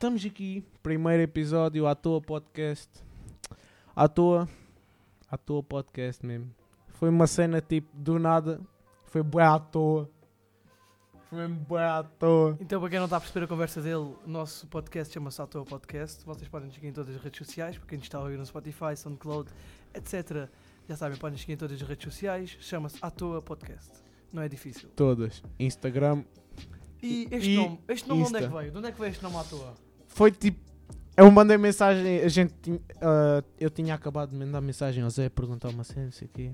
Estamos aqui, primeiro episódio à toa podcast. À toa, à toa podcast mesmo. Foi uma cena tipo do nada, foi bué à toa. Foi mesmo bué à toa. Então, para quem não está a perceber a conversa dele, o nosso podcast chama-se Atua Podcast. Vocês podem nos seguir em todas as redes sociais, para quem nos está a ouvir no Spotify, SoundCloud, etc. Já sabem, podem nos seguir em todas as redes sociais, chama-se Atua Podcast. Não é difícil. Todas, Instagram. E E- este e nome, este nome de onde é que Insta. veio? De onde é que veio este nome à toa? Foi tipo, eu mandei mensagem, a gente tinha, ah, eu tinha acabado de mandar mensagem ao Zé perguntar uma cena, não sei o quê.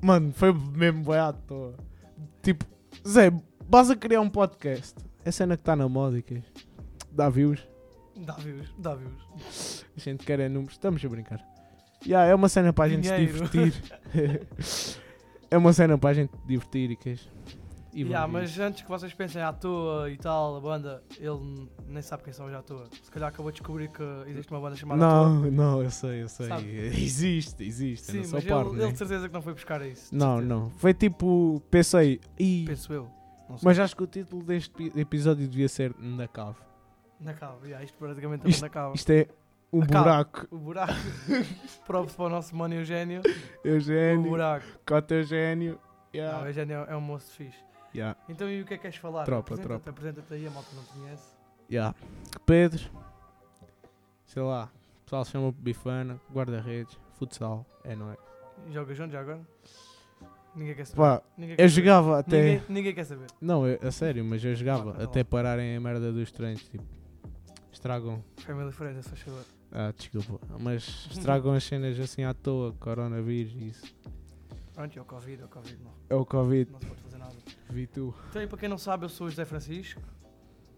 Mano, foi mesmo bué à toa. Tipo, Zé, vas a criar um podcast. É cena que está na moda e que dá views. Dá views, dá views. A gente quer é números, estamos a brincar. Ya, é uma cena para a gente Dinheiro. se divertir. é uma cena para a gente divertir e queijo. E Yeah, bom dia. mas antes que vocês pensem à toa e tal, a banda, ele nem sabe quem são os à toa. Se calhar acabou de descobrir que existe uma banda chamada à toa. Não, não, eu sei, eu sei. Sabe? Existe, existe. eu Sim, não sou mas parvo, ele, ele né? de certeza que não foi buscar isso. de Não, certeza. não. Foi tipo, pensei. "Ih", Penso eu. Não sei. mas acho que o título deste pi- episódio devia ser Na Cave. Na cava, yeah, isto praticamente estamos na cava. Isto é um Na cave. buraco. O buraco. Props para o nosso mano Eugénio. O Eugénio, Um buraco. Cota Eugénio. Ya. Não, o Eugénio é um moço fixe. Ya, Então e o que é que queres falar? Tropa, apresenta-te, tropa. Apresenta-te aí, a malta não te conhece. ya. Pedro. Sei lá. O pessoal chama Bifana, guarda-redes, futsal. É, não é? Jogas junto já agora? Ninguém quer saber. Pá, Ninguém quer eu saber. jogava até. Ninguém, ninguém quer saber. Não, eu- a sério, mas eu jogava Ah, tá até lá. pararem a merda dos trens. Tipo, estragam. Family Friends, é se faz favor. Ah, desculpa. Mas estragam as cenas assim à toa, coronavírus e isso. Pronto, é o Covid, é o Covid, não, É o Covid, não se pode fazer nada. vi tu. Então, e para quem não sabe, eu sou o José Francisco.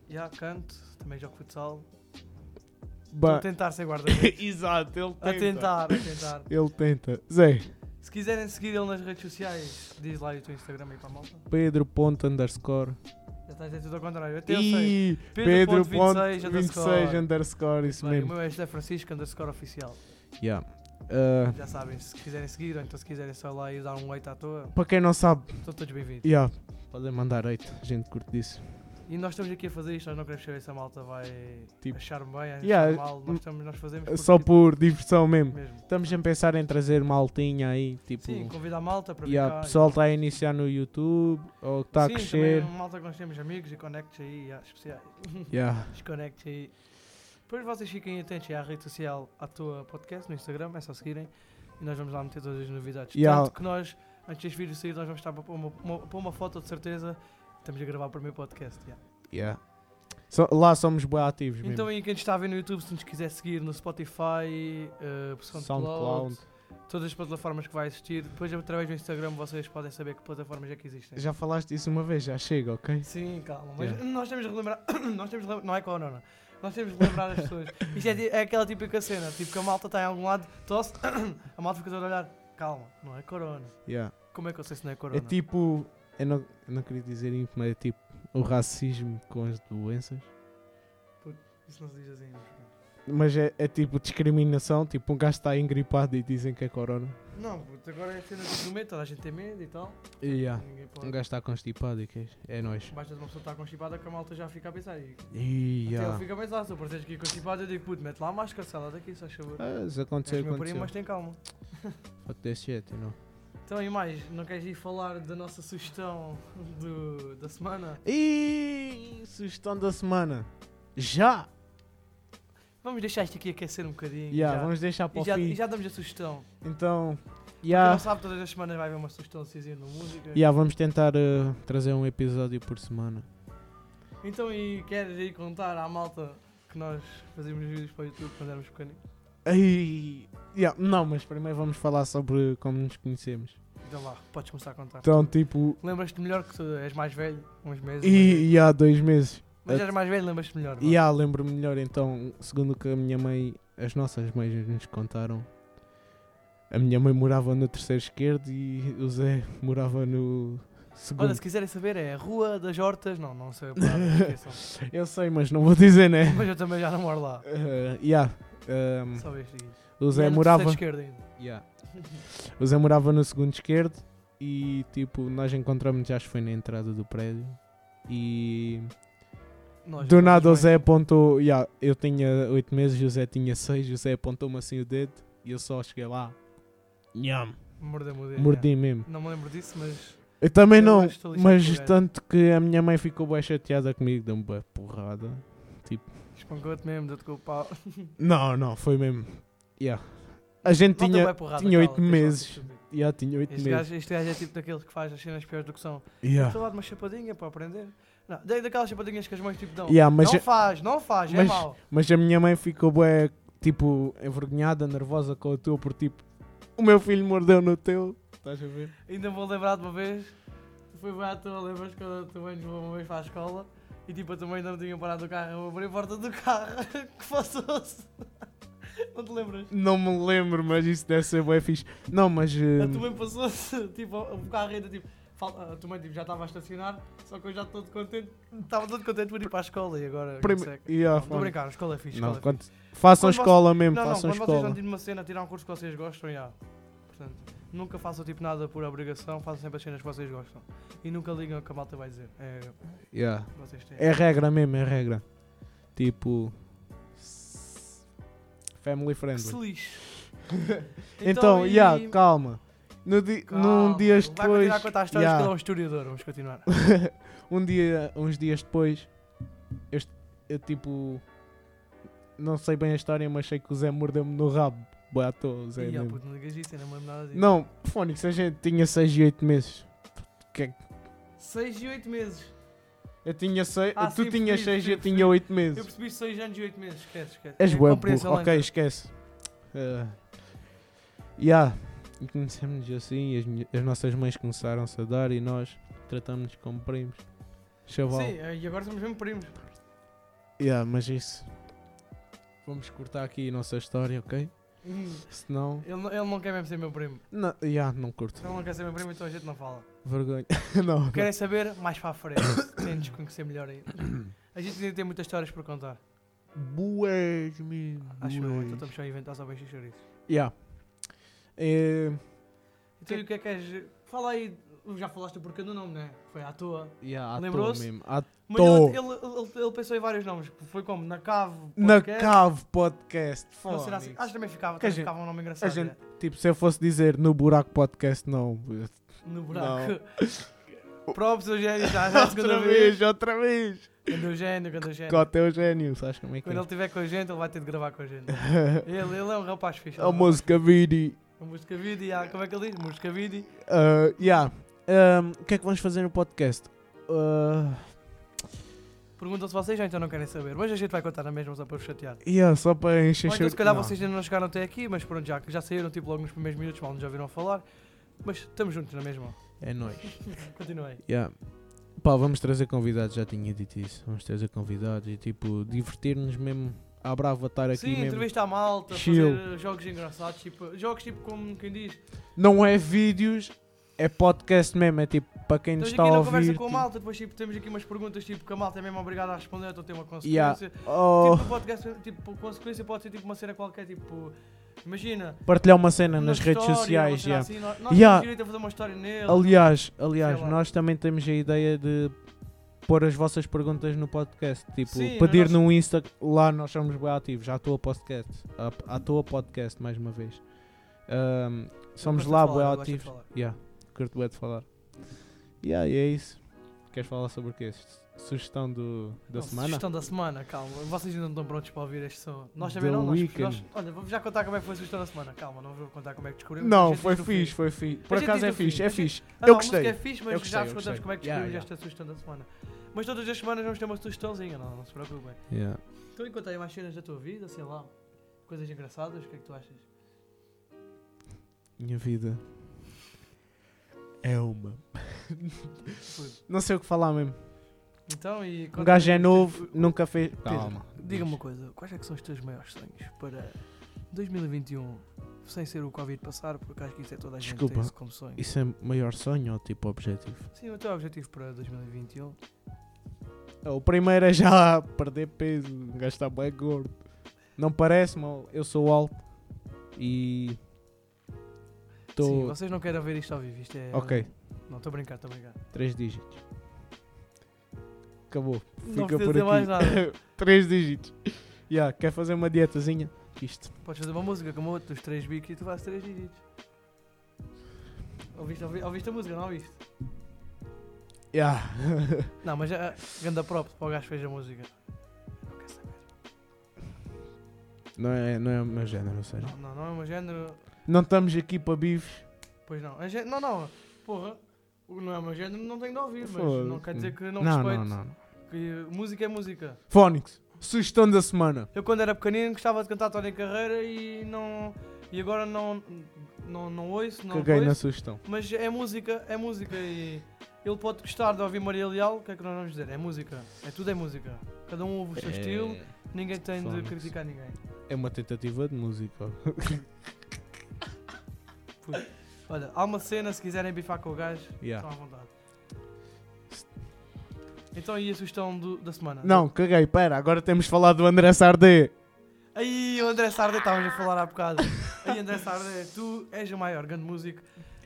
Já canto, também jogo futsal. Estou Bah. a tentar ser guarda-redes. Exato, ele tenta. a tentar, a tentar. Ele tenta. Zé, Se quiserem seguir ele nas redes sociais, diz lá o teu Instagram aí para a malta. Pedro ponto underscore. Já estás a dizer tudo ao contrário. Até eu sei. E Pedro Pedro, ponto ponto 26 26 underscore, isso Bem, o mesmo. meu é José Francisco underscore oficial. Yeah. Ah, Já sabem, se quiserem seguir, ou então se quiserem só lá ir dar um oito à toa, para quem não sabe, estão todos bem-vindos. yeah, podem mandar 8, a gente curte disso. E nós estamos aqui a fazer isto, nós não queremos saber se a malta vai Tipo, achar bem, achar yeah, é mal. Nós, estamos, nós fazemos porque Só por diversão mesmo. mesmo. Estamos a pensar em trazer maltinha aí, tipo. Sim, convida a malta para E vir a cá. pessoal está a iniciar no YouTube ou que está a Sim, crescer. também é um- malta que nós temos amigos e conectos aí, yeah, especiais. Yeah. Os conectos aí. Depois vocês fiquem atentos aí à rede social, à tua podcast, no Instagram, é só seguirem. E nós vamos lá meter todas as novidades. Yeah. Tanto que nós, antes deste vídeo sair, nós vamos estar para pôr uma, uma- pôr uma foto de certeza. Estamos a gravar o primeiro podcast. yeah. Yeah. So- lá somos bem ativos Então, mesmo. aí quem está a ver no YouTube, se nos quiser seguir no Spotify, eh, SoundCloud, SoundCloud. todas as plataformas que vai existir. Depois, através do Instagram, vocês podem saber que plataformas é que existem. Já falaste isso uma vez, já chega, ok? Sim, calma, mas Yeah. nós temos de relembrar. nós temos de relembrar. Não é com a nona. Nós temos de relembrar as pessoas. Isto é, ti- é aquela típica cena, tipo que a malta está em algum lado, tosse, a malta fica toda a olhar. Calma, não é corona. Yeah. Como é que eu sei se não é corona? É tipo. Eu não, eu não queria dizer isso, mas é tipo o racismo com as doenças. Isso não se diz assim. não sei. Mas é, é tipo discriminação, tipo um gajo está engripado e dizem que é corona. Não, puto, agora é cena de medo, toda a gente tem medo e tal. Yeah. Ninguém pode. Um gajo está constipado e que é nós. Basta de uma pessoa estar constipada que a malta já fica a pensar. E até eu Yeah. fico a pensar, se eu pareces aqui constipado, eu digo, puto, mete lá a máscara, sai lá daqui, só favor. Ah, se És acontecer, meu primo, aconteceu. mas tem calma. Fuck that shit, you know. Então, e mais, não queres ir falar da nossa sugestão do- da semana? E sugestão da semana. Já! Vamos deixar isto aqui aquecer um bocadinho. Yeah, já. Vamos deixar para e, o já, fim. e já damos a sugestão. Então, Quem não já sabe, todas as semanas vai haver uma sugestão de no música. já vamos tentar eh, trazer um episódio por semana. Então, e queres aí contar à malta que nós fazíamos vídeos para o YouTube quando éramos pequeninos? Ai, já, Não, mas primeiro vamos falar sobre como nos conhecemos. Então lá, podes começar a contar. Então, tipo, Lembras-te melhor que tu és mais Ah. velho, uns meses. e e há dois meses. mas eras mais velho, lembras-te melhor. vá. E há, lembro-me melhor, então, segundo o que a minha mãe, as nossas mães nos contaram, a minha mãe morava no terceiro esquerdo e o Zé morava no Olha, segundo. se quiserem saber, é a Rua das Hortas. Não, não sei a palavra, esqueçam. Eu sei, mas não vou dizer, né? Mas eu também já não moro lá. Eh, yeah, ehm, Só este aqui. o E Zé é no morava. terceiro esquerdo ainda. Yeah. O Zé morava no segundo esquerdo e tipo, nós encontramos, acho que foi na entrada do prédio. E Nós Do não nada o vamos bem. Zé apontou. Yeah, eu tinha 8 meses e o Zé tinha 6. O Zé apontou-me assim o dedo e eu só cheguei lá. Nham. Mordeu-me o dedo, Mordi mesmo. yeah. Não me lembro disso, mas. Eu também É. Eu não, acho que tô lixado mas com o gajo. tanto que a minha mãe ficou bem chateada comigo, deu-me bué porrada. Espancou-te mesmo, deu-te com o pau. Não, não, foi mesmo. Yeah. A gente Não deu tinha, bem porrada, tinha oito cala, tens lá meses. de subir. yeah, tinha 8 Este meses. gajo, este gajo é tipo daquele que faz as cenas piores do que são. Yeah. Estou lá de uma chapadinha para aprender. Não, dei daquelas chapadinhas que as mães tipo dão. Yeah, mas não a- faz, não faz, é mas- mau. Mas a minha mãe ficou bué, tipo, envergonhada, nervosa com o teu, por tipo, o meu filho mordeu no teu. Estás a ver? Ainda me vou lembrar de uma vez. Fui bem à toa, lembras quando tu vens uma vez para a escola e tipo a tua mãe não tinha parado o carro, eu abri a porta do carro, que passou-se. Não te lembras? Não me lembro, mas isso deve ser bué fixe. Não, mas. eh, A tua mãe passou-se, tipo, o carro ainda tipo. fal- A tua mãe tipo, já estava a estacionar, só que eu já estou todo contente. Estava todo contente por ir para a escola e agora. prime- é não sei. yeah, Estou a fun. brincar, a escola é fixe. Não, escola é fixe. quando- Façam Quando escola mesmo, Não, não, façam quando vocês escola. estão de uma cena, tirar um curso que vocês gostam, já. Portanto, nunca façam tipo nada por obrigação, façam sempre as cenas que vocês gostam. E nunca ligam o que a malta vai dizer. É, Yeah. vocês têm. É regra mesmo, é regra. Tipo. s- Family Que se friendly. lixe. Então, e- yeah, calma. No di Calma, num dias Vai continuar a depois. contar histórias que yeah, ele é um historiador, vamos continuar. um dia, uns dias depois, eu, est- eu, tipo. Não sei bem a história, mas sei que o Zé mordeu-me no rabo. Boa à toa, o Zé. Ih, ó, é, mesmo. puto, não digas isso, eu não me lembro nada disso. Não, Fónix, a gente tinha 6 e 8 meses. Que é que- 6 e 8 meses. Eu tinha 6, Ah, tu sim, tinhas percebi, 6 e eu percebi, tinha 8 Eu meses. percebi 6 anos e 8 meses, esquece, esquece. És É bué compreensão burro, ok, lenta. esquece. Uh, yeah. E conhecemos-nos assim, as, minha- as nossas mães começaram-se a dar e nós tratámos-nos como primos. Chaval. Sim, eh, e agora somos mesmo primos. Yeah, mas isso. Vamos cortar aqui a nossa história, ok? Hum, Senão. Ele, não- ele não quer mesmo ser meu primo. Não, yeah, não curto. Se ele não quer ser meu primo, então a gente não fala. Vergonha. não. não. Querem saber? Mais para a frente. Têm-nos conhecer melhor aí. A gente ainda tem muitas histórias para contar. Bués, mesmo. Acho eu, bués. então estamos só a inventar só bem xixariz. Yeah. Eh, Então e o que é que és. Fala aí, já falaste o porquê do nome, né? Foi à toa. Yeah, à Lembrou-se? toa mesmo. À Mas Tô. ele, ele, ele- ele pensou em vários nomes. Foi como? Na Cave. Na Podcast, Cave Podcast. não Fónix. será assim. Acho que também ficava, Que a também gente- ficava um nome engraçado. A gente, né? tipo, se eu fosse dizer no buraco podcast, não. No buraco. Props Eugénio, já, já a segunda outra vez. vez, outra vez. Quando Eugénio, quando Eugénio. Cota é o gênio, sabes como é que Quando ele é? estiver com a gente, ele vai ter de gravar com a gente. Ele, ele é um rapaz fixe. A música Vidi. A música Vidi, ah, como é que ele diz? Música Vidi. Uh, yeah. Um, o que é que vamos fazer no podcast? Uh, Perguntam se vocês já então não querem saber. Mas a gente vai contar na mesma só para vos chatear. yeah, só para encher Ou então, se calhar não. vocês ainda não chegaram até aqui, mas pronto, já, já saíram tipo logo nos primeiros minutos, mal nos ouviram falar. Mas estamos juntos na mesma. É nóis. Continuei. Yeah. Pá, vamos trazer convidados, já tinha dito isso. Vamos trazer convidados e, tipo, divertir-nos mesmo. À brava estar aqui Sim, mesmo. entrevista à malta, Chill. fazer uh, jogos engraçados, tipo, jogos tipo como quem diz. Não é vídeos, é podcast mesmo. É tipo, para quem nos está Estamos Então, aqui a na ouvir. conversa com a tipo, malta, depois tipo, temos aqui umas perguntas tipo que a malta é mesmo obrigada a responder, então tem uma Yeah. consequência. Oh, Tipo, no podcast, tipo, consequência pode ser tipo uma cena qualquer, tipo, imagina. partilhar uma cena Tipo, uma nas redes história, uma sociais. cena yeah. Assim, nós nós Yeah. temos direito a fazer uma história nele. Aliás, aliás Sei lá. nós também temos a ideia de pôr as vossas perguntas no podcast. Tipo, Sim, pedir no no Insta. Lá nós somos bem ativos. À tua podcast. À, à tua podcast, mais uma vez. Ahm, somos gosto de lá falar, bem eu gosto de ativos. falar. Yeah, curto bué de falar. Yeah, e é isso. Queres falar sobre o quê? Su- Sugestão do, da Não, semana? Sugestão da semana, calma. Vocês ainda não estão prontos para ouvir este som. Nós The também não. Nós, Weeknd. nós, olha, vou já contar como é que foi a sugestão da semana. Calma, não vou contar como é que descobrimos. a Não, gente foi diz no fim. fixe, foi fixe. Por A gente acaso diz é no fim, fixe, a é gente- fixe. Ah, Eu não, a música gostei. é fixe, Eu mas gostei, já vos eu contamos gostei. como é que Yeah, descobrimos esta sugestão da semana. Mas todas as semanas vamos ter uma sugestãozinha, não, não se preocupem. Yeah. Então enquanto aí mais cenas da tua vida, sei assim, lá, coisas engraçadas, o que é que tu achas? Minha vida é uma. Puto. Não sei o que falar mesmo. Então e. Um conta-me gajo é os teus- novo, nunca fez. Pedro, Calma. diga-me uma coisa, quais é que são os teus maiores sonhos para 2021, sem ser o Covid passar, porque acho que isso é toda a gente Desculpa. tem isso como sonho. Isso é maior sonho ou tipo objetivo? Sim, o teu objetivo para 2021. O primeiro é já perder peso, um gajo está bem gordo. Não parece, mas eu sou alto e. Sim, Estou. vocês não querem ver isto ao vivo, isto é... Ok, Não, estou a brincar, estou a brincar. 3 dígitos. acabou. Não Fica precisa por dizer aqui. mais nada. Três dígitos. Yeah, quer fazer uma dietazinha? Isto. Podes fazer uma música como outra, os três bicos e tu fazes três dígitos. Ouviste, ouvi- ouviste a música, não ouviste? Yeah. Não, mas é ganda props para o gajo que fez a música. Não quer saber. não, é, não é o meu género, sério. Não, não, não é o meu género. Não estamos aqui para bifes. Pois não. É gé- Não, não. Porra, o não é o meu género, não tenho de ouvir, mas Foda-se. não quer dizer que não, não, não, respeito. não, não. Que música é música. Fónix, sugestão da semana. Eu quando era pequenino gostava de cantar Tony Carreira e não. E agora não. Não, não ouço, não Caguei na ouço, sugestão. Mas é música, é música e. Ele pode gostar de ouvir Maria Leal, o que é que nós vamos dizer? É música. É tudo é música. Cada um ouve o seu estilo, ninguém tem de Fónix. criticar ninguém. É uma tentativa de música. Ah. Olha, há uma cena, se quiserem bifar com o gajo, Yeah. estão à vontade. Então e a sugestão do- da semana? Não, caguei, pera, agora temos de falar do André Sardé. Aí, o André Sardé, estávamos a falar há bocado. Aí, André Sardé, tu és o maior grande músico.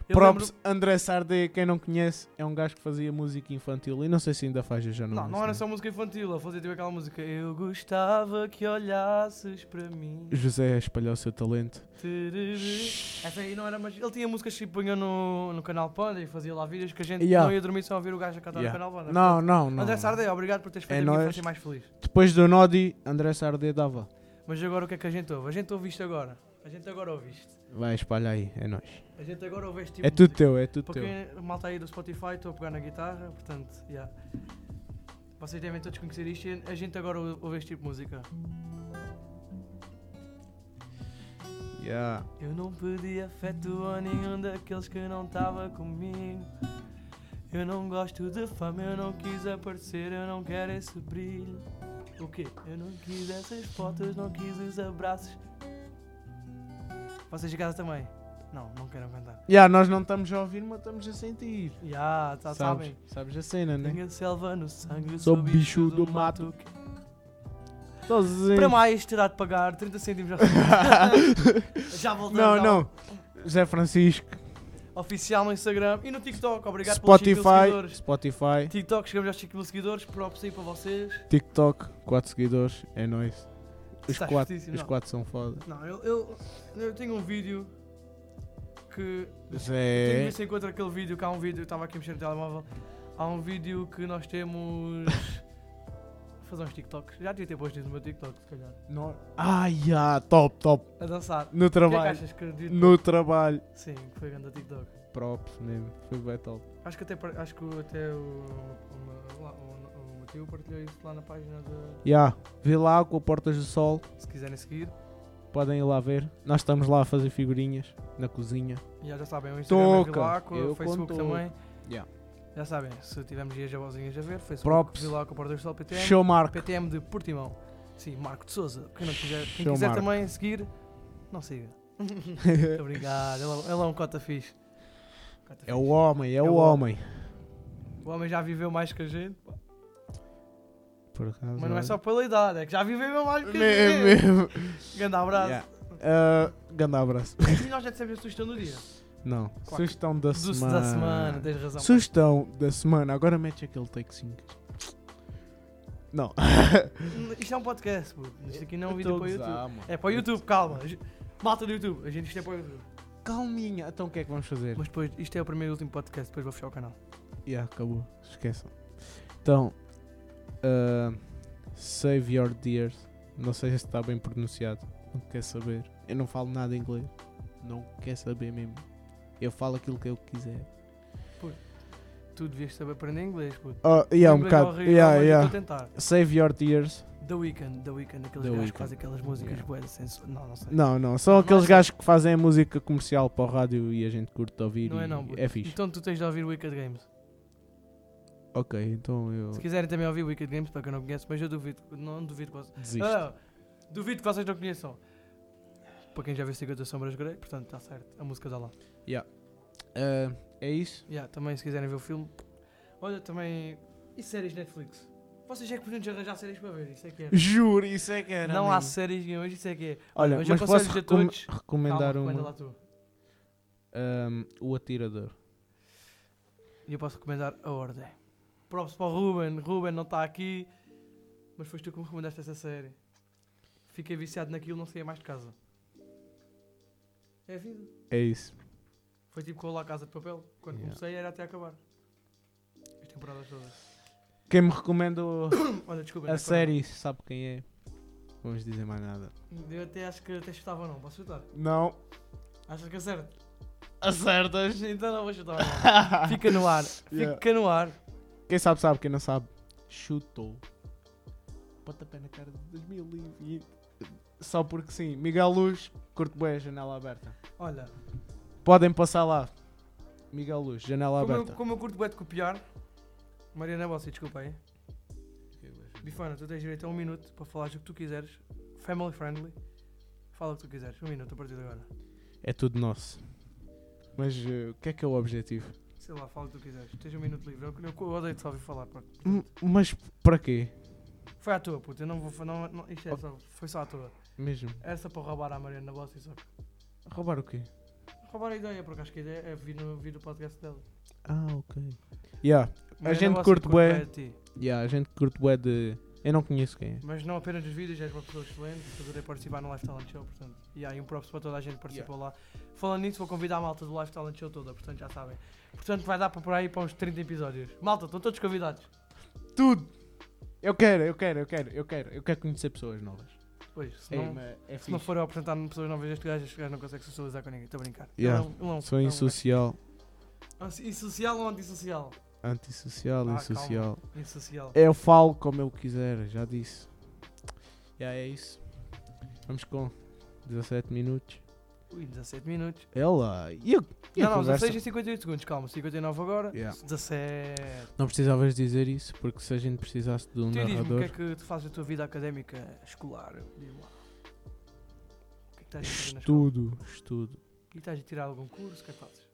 Eu Props, André Sardé, quem não conhece, é um gajo que fazia música infantil e não sei se ainda faz, eu já não né? Não, não era sei. só música infantil, ele fazia tipo aquela música Eu gostava que olhasses para mim José espalhou o seu talento. Tiriri. Essa aí não era mais... Ele tinha músicas que punha no, no Canal Panda e fazia lá vídeos que a gente Yeah. não ia dormir sem ouvir o gajo a cantar Yeah. no Canal Panda Não, não, não. André Sardé, obrigado por teres feito É a minha nóis. infância mais feliz Depois do Nodi, André Sardé dava. Mas agora o que é que a gente ouve? A gente ouve isto agora A gente agora ouve isto Vai, espalha aí, é nós. A gente agora ouve este tipo É de tudo música. teu, é tudo Para teu. quem malta aí do Spotify, estou a pegar na guitarra, portanto, yeah. Vocês devem todos conhecer isto e a gente agora ou- ouve este tipo de música. Yeah. Eu não pedi afeto a nenhum daqueles que não estava comigo. Eu não gosto de fama, eu não quis aparecer, eu não quero esse brilho. O quê? Eu não quis essas fotos, não quis os abraços. Vocês de casa também? Não, não quero cantar. Yeah, nós não estamos a ouvir, mas estamos a sentir. Já, yeah, tá, sabes, sabem? sabes a cena, né? Tenho a selva no sangue, Sou bicho do mato. Sozinho. Para mais, terá de pagar 30 cêntimos. já voltamos. Não, ao não. Zé Francisco, Oficial no Instagram e no TikTok. Obrigado pelos 5 mil Spotify, seguidores. Spotify, TikTok, chegamos aos 5 mil seguidores. Props aí para vocês. TikTok, 4 seguidores, é nóis. Os Estás 4 fortíssimo, os não. quatro são foda. Não, eu, eu, eu tenho um vídeo que. Tenho que Zé. ver se encontro aquele vídeo. Que há um vídeo. Eu estava aqui a mexer no telemóvel. Há um vídeo que nós temos. Vou fazer uns TikToks. Já devia ter posto isso no meu TikTok, se calhar. Nó- Ai, ah, top, top. A dançar. No O que é que trabalho. achas que eu devia ter- No trabalho. Sim, que foi grande a TikTok. Props mesmo. Foi bem top. Acho que até, par- acho que até o, o, meu- lá- o, o Mateu partilhou isso lá na página de. Ya, vê lá com a Portas do Sol. Se quiserem seguir. Podem ir lá ver. Nós estamos lá a fazer figurinhas na cozinha. Já, já sabem, o Instagram Toca. é Vilaco, Eu o Facebook conto. também. Yeah. Já sabem, se tivermos dias jabozinhas a ver, Facebook Props. Vilaco, Porta do Sol, PTM. Show Marco. PTM de Portimão. Sim, Marco de Souza. Quem, não quiser, quem Show quiser Marco. também seguir, não siga. Obrigado, ele, é- ele é um cota fixe. Cota É fixe. o homem, é, É o o homem. O homem já viveu mais que a gente, Por acaso, mas não é olha. só pela idade, é que já viveu mais que a é Mesmo, gente. mesmo. Grande abraço. Ya. Ah, grande abraço. E nós já dissemos a sugestão do dia. Não. Claro. Sugestão da Do- semana. da semana, tens razão. Sugestão da semana. Agora mete aquele take 5. Não. Isto é um podcast, pô. Isto aqui não é um Eu vídeo tô para o a YouTube. gozar, mano. É para o YouTube, calma. Malta do YouTube, a gente isto é para o YouTube. Calminha. Então o que é que vamos fazer? Mas depois, isto é o primeiro e último podcast, depois vou fechar o canal. Ya, acabou. Esqueçam. Então, ah, Save Your Dears. Não sei se está bem pronunciado. Não quer saber. Eu não falo nada em inglês. Não quer saber mesmo. Eu falo aquilo que eu quiser. Tu devias saber aprender inglês, puto. Oh, yeah, um Inglês bocado. horrível, Yeah, mas eu yeah. estou a tentar. Save Your Tears. The Weeknd, The Weeknd, aqueles The gajos Weeknd. que fazem aquelas músicas Yeah. boas sensuais. Não, não sei. Não, não. São Não, é aqueles mas- gajos que fazem a música comercial para o rádio e a gente curte ouvir. Não e é não, puto. É fixe. Então tu tens de ouvir Wicked Games. Ok, então eu Se quiserem também ouvir Wicked Games, para quem não conhece, mas eu duvido, não duvido que vocês... desisto. Ah, duvido que vocês não conheçam. Para quem já viu 50 Sombras Grey, portanto está certo, a música está lá. Ah, é isso? Yeah, também se quiserem ver o filme. Olha, também. E séries Netflix? Vocês é que podiam arranjar séries para ver, isso é que é. Juro, isso é que era. Não há amigo. séries nenhumas, isso é que é. Olha, mas mas, eu posso aconselho-lhes a recome- todos- recomendar Calma, recomenda uma. lá tu. Ahm, o Atirador. E eu posso recomendar a Ordem. Props para o Ruben. Ruben não está aqui. Mas foste tu que me recomendaste essa série. Fiquei viciado naquilo, não saía mais de casa. É a vida. É isso. Foi tipo com a La Casa de Papel. Quando Yeah. comecei era até acabar. As temporadas todas. Quem me recomenda o- Olha, desculpa. a não foi série sabe quem é. Vamos dizer mais nada. nada. Eu até acho que até chutava não. Posso chutar? Não. Achas que acerto? Acertas. Então não vou chutar. não. Fica no ar. Yeah. Fica no ar. Quem sabe, sabe. Quem não sabe, chutou. Pontapé na cara de 2020. Só porque sim. Miguel Luz, curto bem a janela aberta. Olha, Podem passar lá. Miguel Luz, janela como aberta. eu, como eu curto bué de copiar... Mariana Bossi, desculpa aí. Bifana, tu tens direito a um minuto para falares o que tu quiseres. Family friendly. Fala o que tu quiseres. Um minuto a partir de agora. É tudo nosso. Mas eh, o que é que é o objetivo? Sei lá, fala o que tu quiseres. Tens um minuto livre. Eu, eu, eu odeio-te só ouvir falar. pronto. M- Mas para quê? Foi à toa, puto. Eu não vou... Não, não, isto é só, foi só à toa. Mesmo. Era só para roubar à Mariana Bossi, só. que- Roubar o quê? Roubar a ideia, porque acho que a ideia é vir no, vir no podcast dela. Ah, ok. Yeah, Mariana gente Bossi, curte bué. de ti. yeah a gente curte bué de... Eu não conheço quem é. Mas não apenas dos vídeos, és uma pessoa excelente, eu adorei participar no Live Talent Show, portanto. E há aí um props para toda a gente que participou lá. Falando nisso, vou convidar a malta do Live Talent Show toda, portanto já sabem. Portanto, vai dar para por aí para uns 30 episódios. Malta, estão todos convidados. Tudo! Eu quero, eu quero, eu quero, eu quero. Eu quero conhecer pessoas novas. Pois, se Ei, não, mas é se não fixe. for eu apresentar pessoas novas a este gajo, este gajo não consegue socializar com ninguém, estou a brincar. Yeah. Ele é um- ele é um- Sou é um- Ah, insocial, Insocial ou antissocial? antissocial, Ah, insocial. É, Insocial. Eu falo como eu quiser, já disse. Yeah, é isso. Vamos com 17 minutos. Ui, 17 minutos. Ela, e eu... E a Não, não, conversa? 16 e 58 segundos, calma, 59 agora, Yeah. 17. Não precisavas dizer isso, porque se a gente precisasse de um Tu diz-me o narrador... que é que tu fazes da tua vida académica escolar? Diz-me lá. O que é que estás a fazer na escola? Estudo, estudo. E estás a tirar algum curso? O que é que fazes?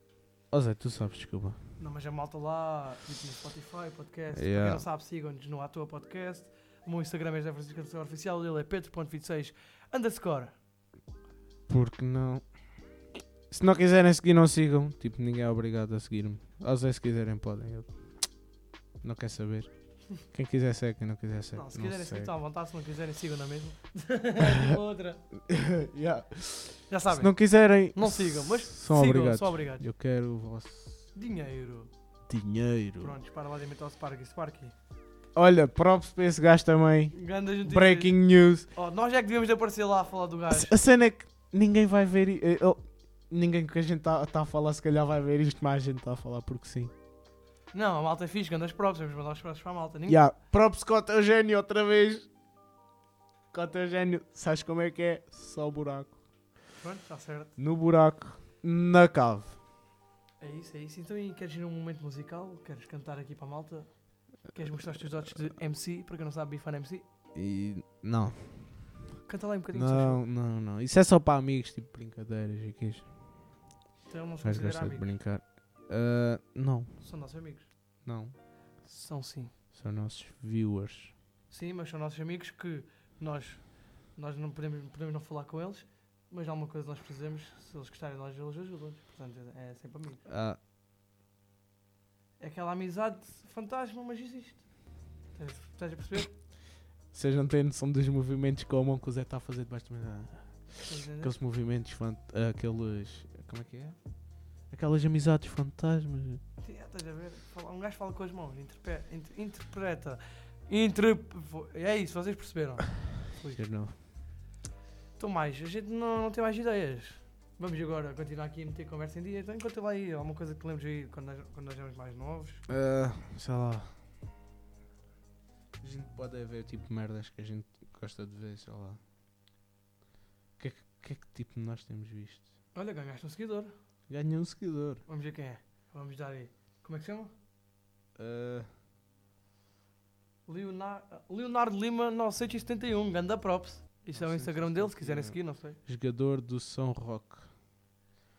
Ó Zé, tu sabes, desculpa. Não, mas a malta lá, tipo no Spotify, podcast. Para Yeah. Quem não sabe, sigam-nos no Atua Podcast. O meu Instagram é José Francisco Underscore Oficial, o dele é Pedro.26 underscore. Porque não... Se não quiserem seguir, não sigam. Tipo, ninguém é obrigado a seguir-me. Ó Zé, se quiserem, podem. Eu... Não quer saber. Quem quiser segue, quem não quiser segue. Não, se quiserem seguir, segue. estão à vontade, se não quiserem, sigam na mesma. Outra. Yeah. Já Se sabem, não quiserem... Tá Não sigam, mas São sigam, obrigados. são obrigados. Eu quero o vosso dinheiro. dinheiro. Pronto, para lá de imitar o Sparky. Sparky. Olha, props para esse gajo também. Ganda notícias. Breaking news. Oh, nós é que devíamos de aparecer lá a falar do gajo. A cena é que ninguém vai ver. i- eh, oh, Ninguém que a gente está a falar, se calhar vai ver isto, mas a gente está a falar porque sim. Não, a malta é fixe, ganda as props, vamos mandar os props para a malta. Ninguém... Yeah. Props contra Eugênio outra vez. Contra Eugênio, sabes como é que é? Só buraco. Pronto, está certo. No buraco, na cave. É isso, é isso. Então, e queres ir num momento musical? Queres cantar aqui para a malta? Queres mostrar os teus dotes de MC? Para quem não sabe, Bifan MC? E. Não, Canta lá um bocadinho. se achas. não, não, não. Isso é só para amigos, tipo brincadeiras e queijo. Então, não se Mas considera gosta de amigos. brincar. Ah, não, São nossos amigos. não. São sim. São nossos viewers. Sim, mas são nossos amigos que nós, nós não podemos, podemos não falar com eles, mas alguma coisa nós precisamos, se eles gostarem, nós eles ajudam. Portanto, é é sempre amigo. Ah, É aquela amizade fantasma, mas existe. Estás- Estás a perceber? vocês não têm noção dos movimentos que a mão que o Zé está a fazer debaixo do meu. Estás a entender? Aqueles movimentos, fant- aqueles. Como é que é? Aquelas amizades fantasmas. Sim, é, Estás a ver? Fala- Um gajo fala com as mãos, interpe- inter- interpreta. Inter... vo- É isso, vocês perceberam. Ui. Pois não. Então mais, a gente não, não tem mais ideias. Vamos agora continuar aqui a meter conversa em dia. Então enquanto lá aí, alguma coisa que lembres aí quando nós, quando nós éramos mais novos. Ah, sei lá. A gente pode ver tipo merdas que a gente gosta de ver, sei lá. O que, é que, que é que tipo nós temos visto? Olha, ganhaste um seguidor. Ganhei um seguidor. Vamos ver quem é. Vamos dar aí. Como é que se chama? Ah, Leonardo, Leonardo Lima 971, ganda props. Isso é o Instagram dele, se quiserem 971. seguir, não sei. jogador do São Roque.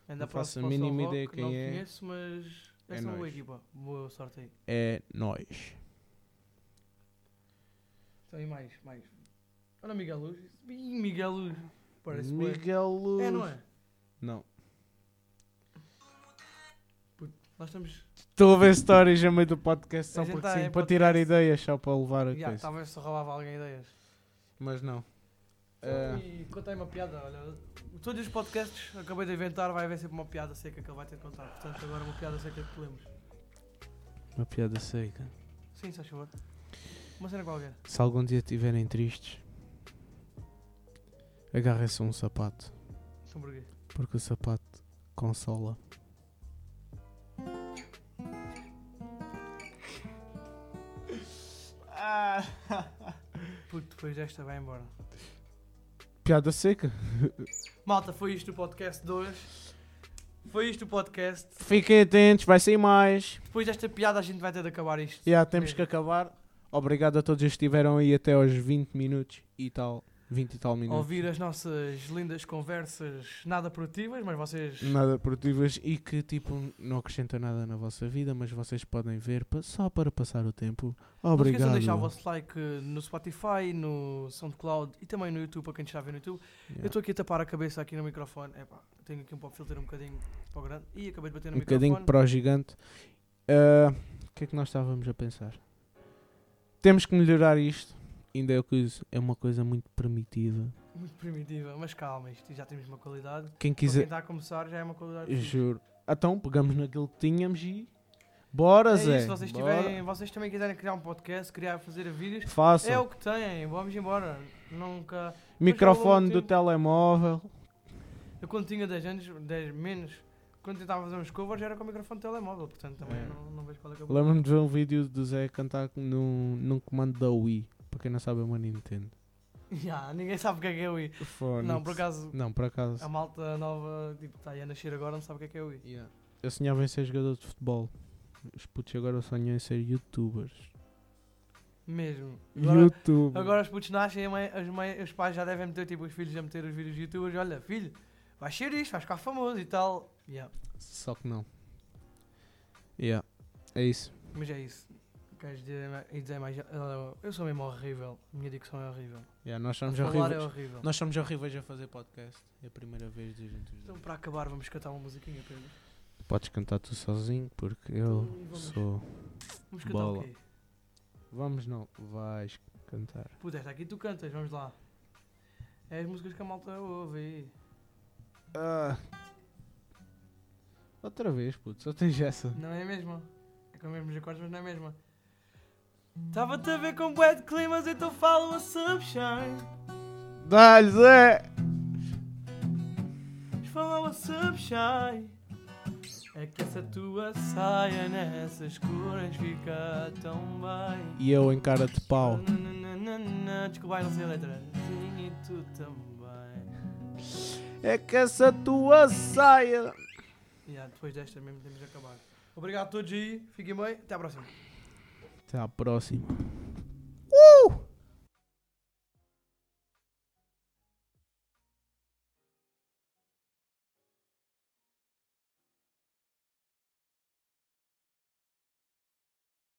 Ainda Não faço a para o São mínima Roque, ideia quem não é. conheço, mas É é uma boa nós. equipa. Boa sorte aí. É nós. Então e mais, mais. Olha o Miguel Luz. Ih, Miguel Luz. Parece bué. Miguel uh, Luz. É, não é? Não. Nós estamos Estou a ver stories a meio do podcast A só gente porque tá sim, em para tirar podcast. tá ideias, só para levar a Yeah, coisa. talvez se roubava alguém ideias. Mas não. Ah, E contei uma piada, olha. Todos os podcasts acabei de inventar, vai haver sempre uma piada seca que ele vai ter de contar. Portanto, agora uma piada seca que te lembres. uma piada seca. Sim, se faz favor. Uma cena qualquer. Se algum dia estiverem tristes, agarrem-se a um sapato, São Então, porquê. porque o sapato consola. Ah. Puto, depois desta vai embora. Piada seca. Malta, foi isto o podcast 2. Foi isto o podcast. Fiquem atentos, vai sair mais. Depois desta piada a gente vai ter de acabar isto. Já temos que acabar. Obrigado a todos que estiveram aí até aos 20 minutos e tal. 20 e tal minutos. Ouvir as nossas lindas conversas nada produtivas, mas vocês. Nada produtivas e que tipo não acrescenta nada na vossa vida, mas vocês podem ver pa- só para passar o tempo. Não esqueçam Obrigado. de deixar o vosso like eh, no Spotify, no SoundCloud e também no YouTube, para quem está a ver no YouTube. Eu Yeah. estou aqui a tapar a cabeça aqui no microfone. Epá, tenho aqui um pop filter um bocadinho para o grande. E acabei de bater no um microfone. bocadinho para o gigante. Ah, O que é que nós estávamos a pensar? Temos que melhorar isto. Ainda é, o que uso, é uma coisa muito primitiva. Muito primitiva, mas calma, isto já temos uma qualidade. Quem Para quem quiser, está a começar já é uma qualidade. eu fixe. juro. Ah, Então, pegamos naquilo que tínhamos e. Bora, É Zé! isso, se vocês, bora. tiverem, vocês também quiserem criar um podcast, criar, fazer vídeos, Façam. é o que é, têm, vamos embora. Nunca. Microfone Mas já há algum do tempo- telemóvel. Eu quando tinha 10 anos, 10 menos, quando tentava fazer uns covers era com o microfone de telemóvel, portanto também É. não, não vejo qual é que é o problema. Lembro-me de ver um vídeo do Zé cantar num, num comando da Wii. Para quem não sabe, é uma Nintendo. Ya, ninguém sabe o que é que é o i. Fone. Não, por acaso, É Não, por acaso. a malta nova, tipo, está aí a nascer agora, não sabe o que é que é o i. Yeah. Eu sonhava em ser jogador de futebol. Os putos agora sonham em ser youtubers. Mesmo. Agora, Youtube. agora os putos nascem, a mãe- as mãe- os pais já devem meter, tipo, os filhos a meter os vídeos de youtubers, olha, filho, vais ser isto, vais ficar famoso e tal. Ya, Só que não. Yeah. É isso. Mas é isso. Queres dizer, ma- e dizer mais? ah, Eu sou mesmo horrível, a minha dicção é horrível. Yeah, nós A somos falar horríveis. é horrível. Nós somos horríveis a fazer podcast. É a primeira vez de gente. Então, para acabar, vamos cantar uma musiquinha, Pedro. Podes cantar tu sozinho porque eu Então, vamos. sou. Vamos cantar Bola. o quê? Vamos não, vais cantar. Puta, esta aqui tu cantas, vamos lá. É as músicas que a malta ouve. Ah. Outra vez, puto, só tens essa. Não é a mesma. É com os mesmos acordes, mas não é a mesma. Estava-te a ver com bué de climas, então falo a sunshine. Dá-lhe, Zé! Falo a sunshine. É que essa tua saia nessas cores fica tão bem. E eu em cara de pau. Nananana, Desculpa, eu não sei a letra. Sim, e tu também. É que essa tua saia. Yeah, depois desta mesmo temos de acabar. Obrigado a todos aí, fiquem bem, até à próxima. Até à próxima. Uh!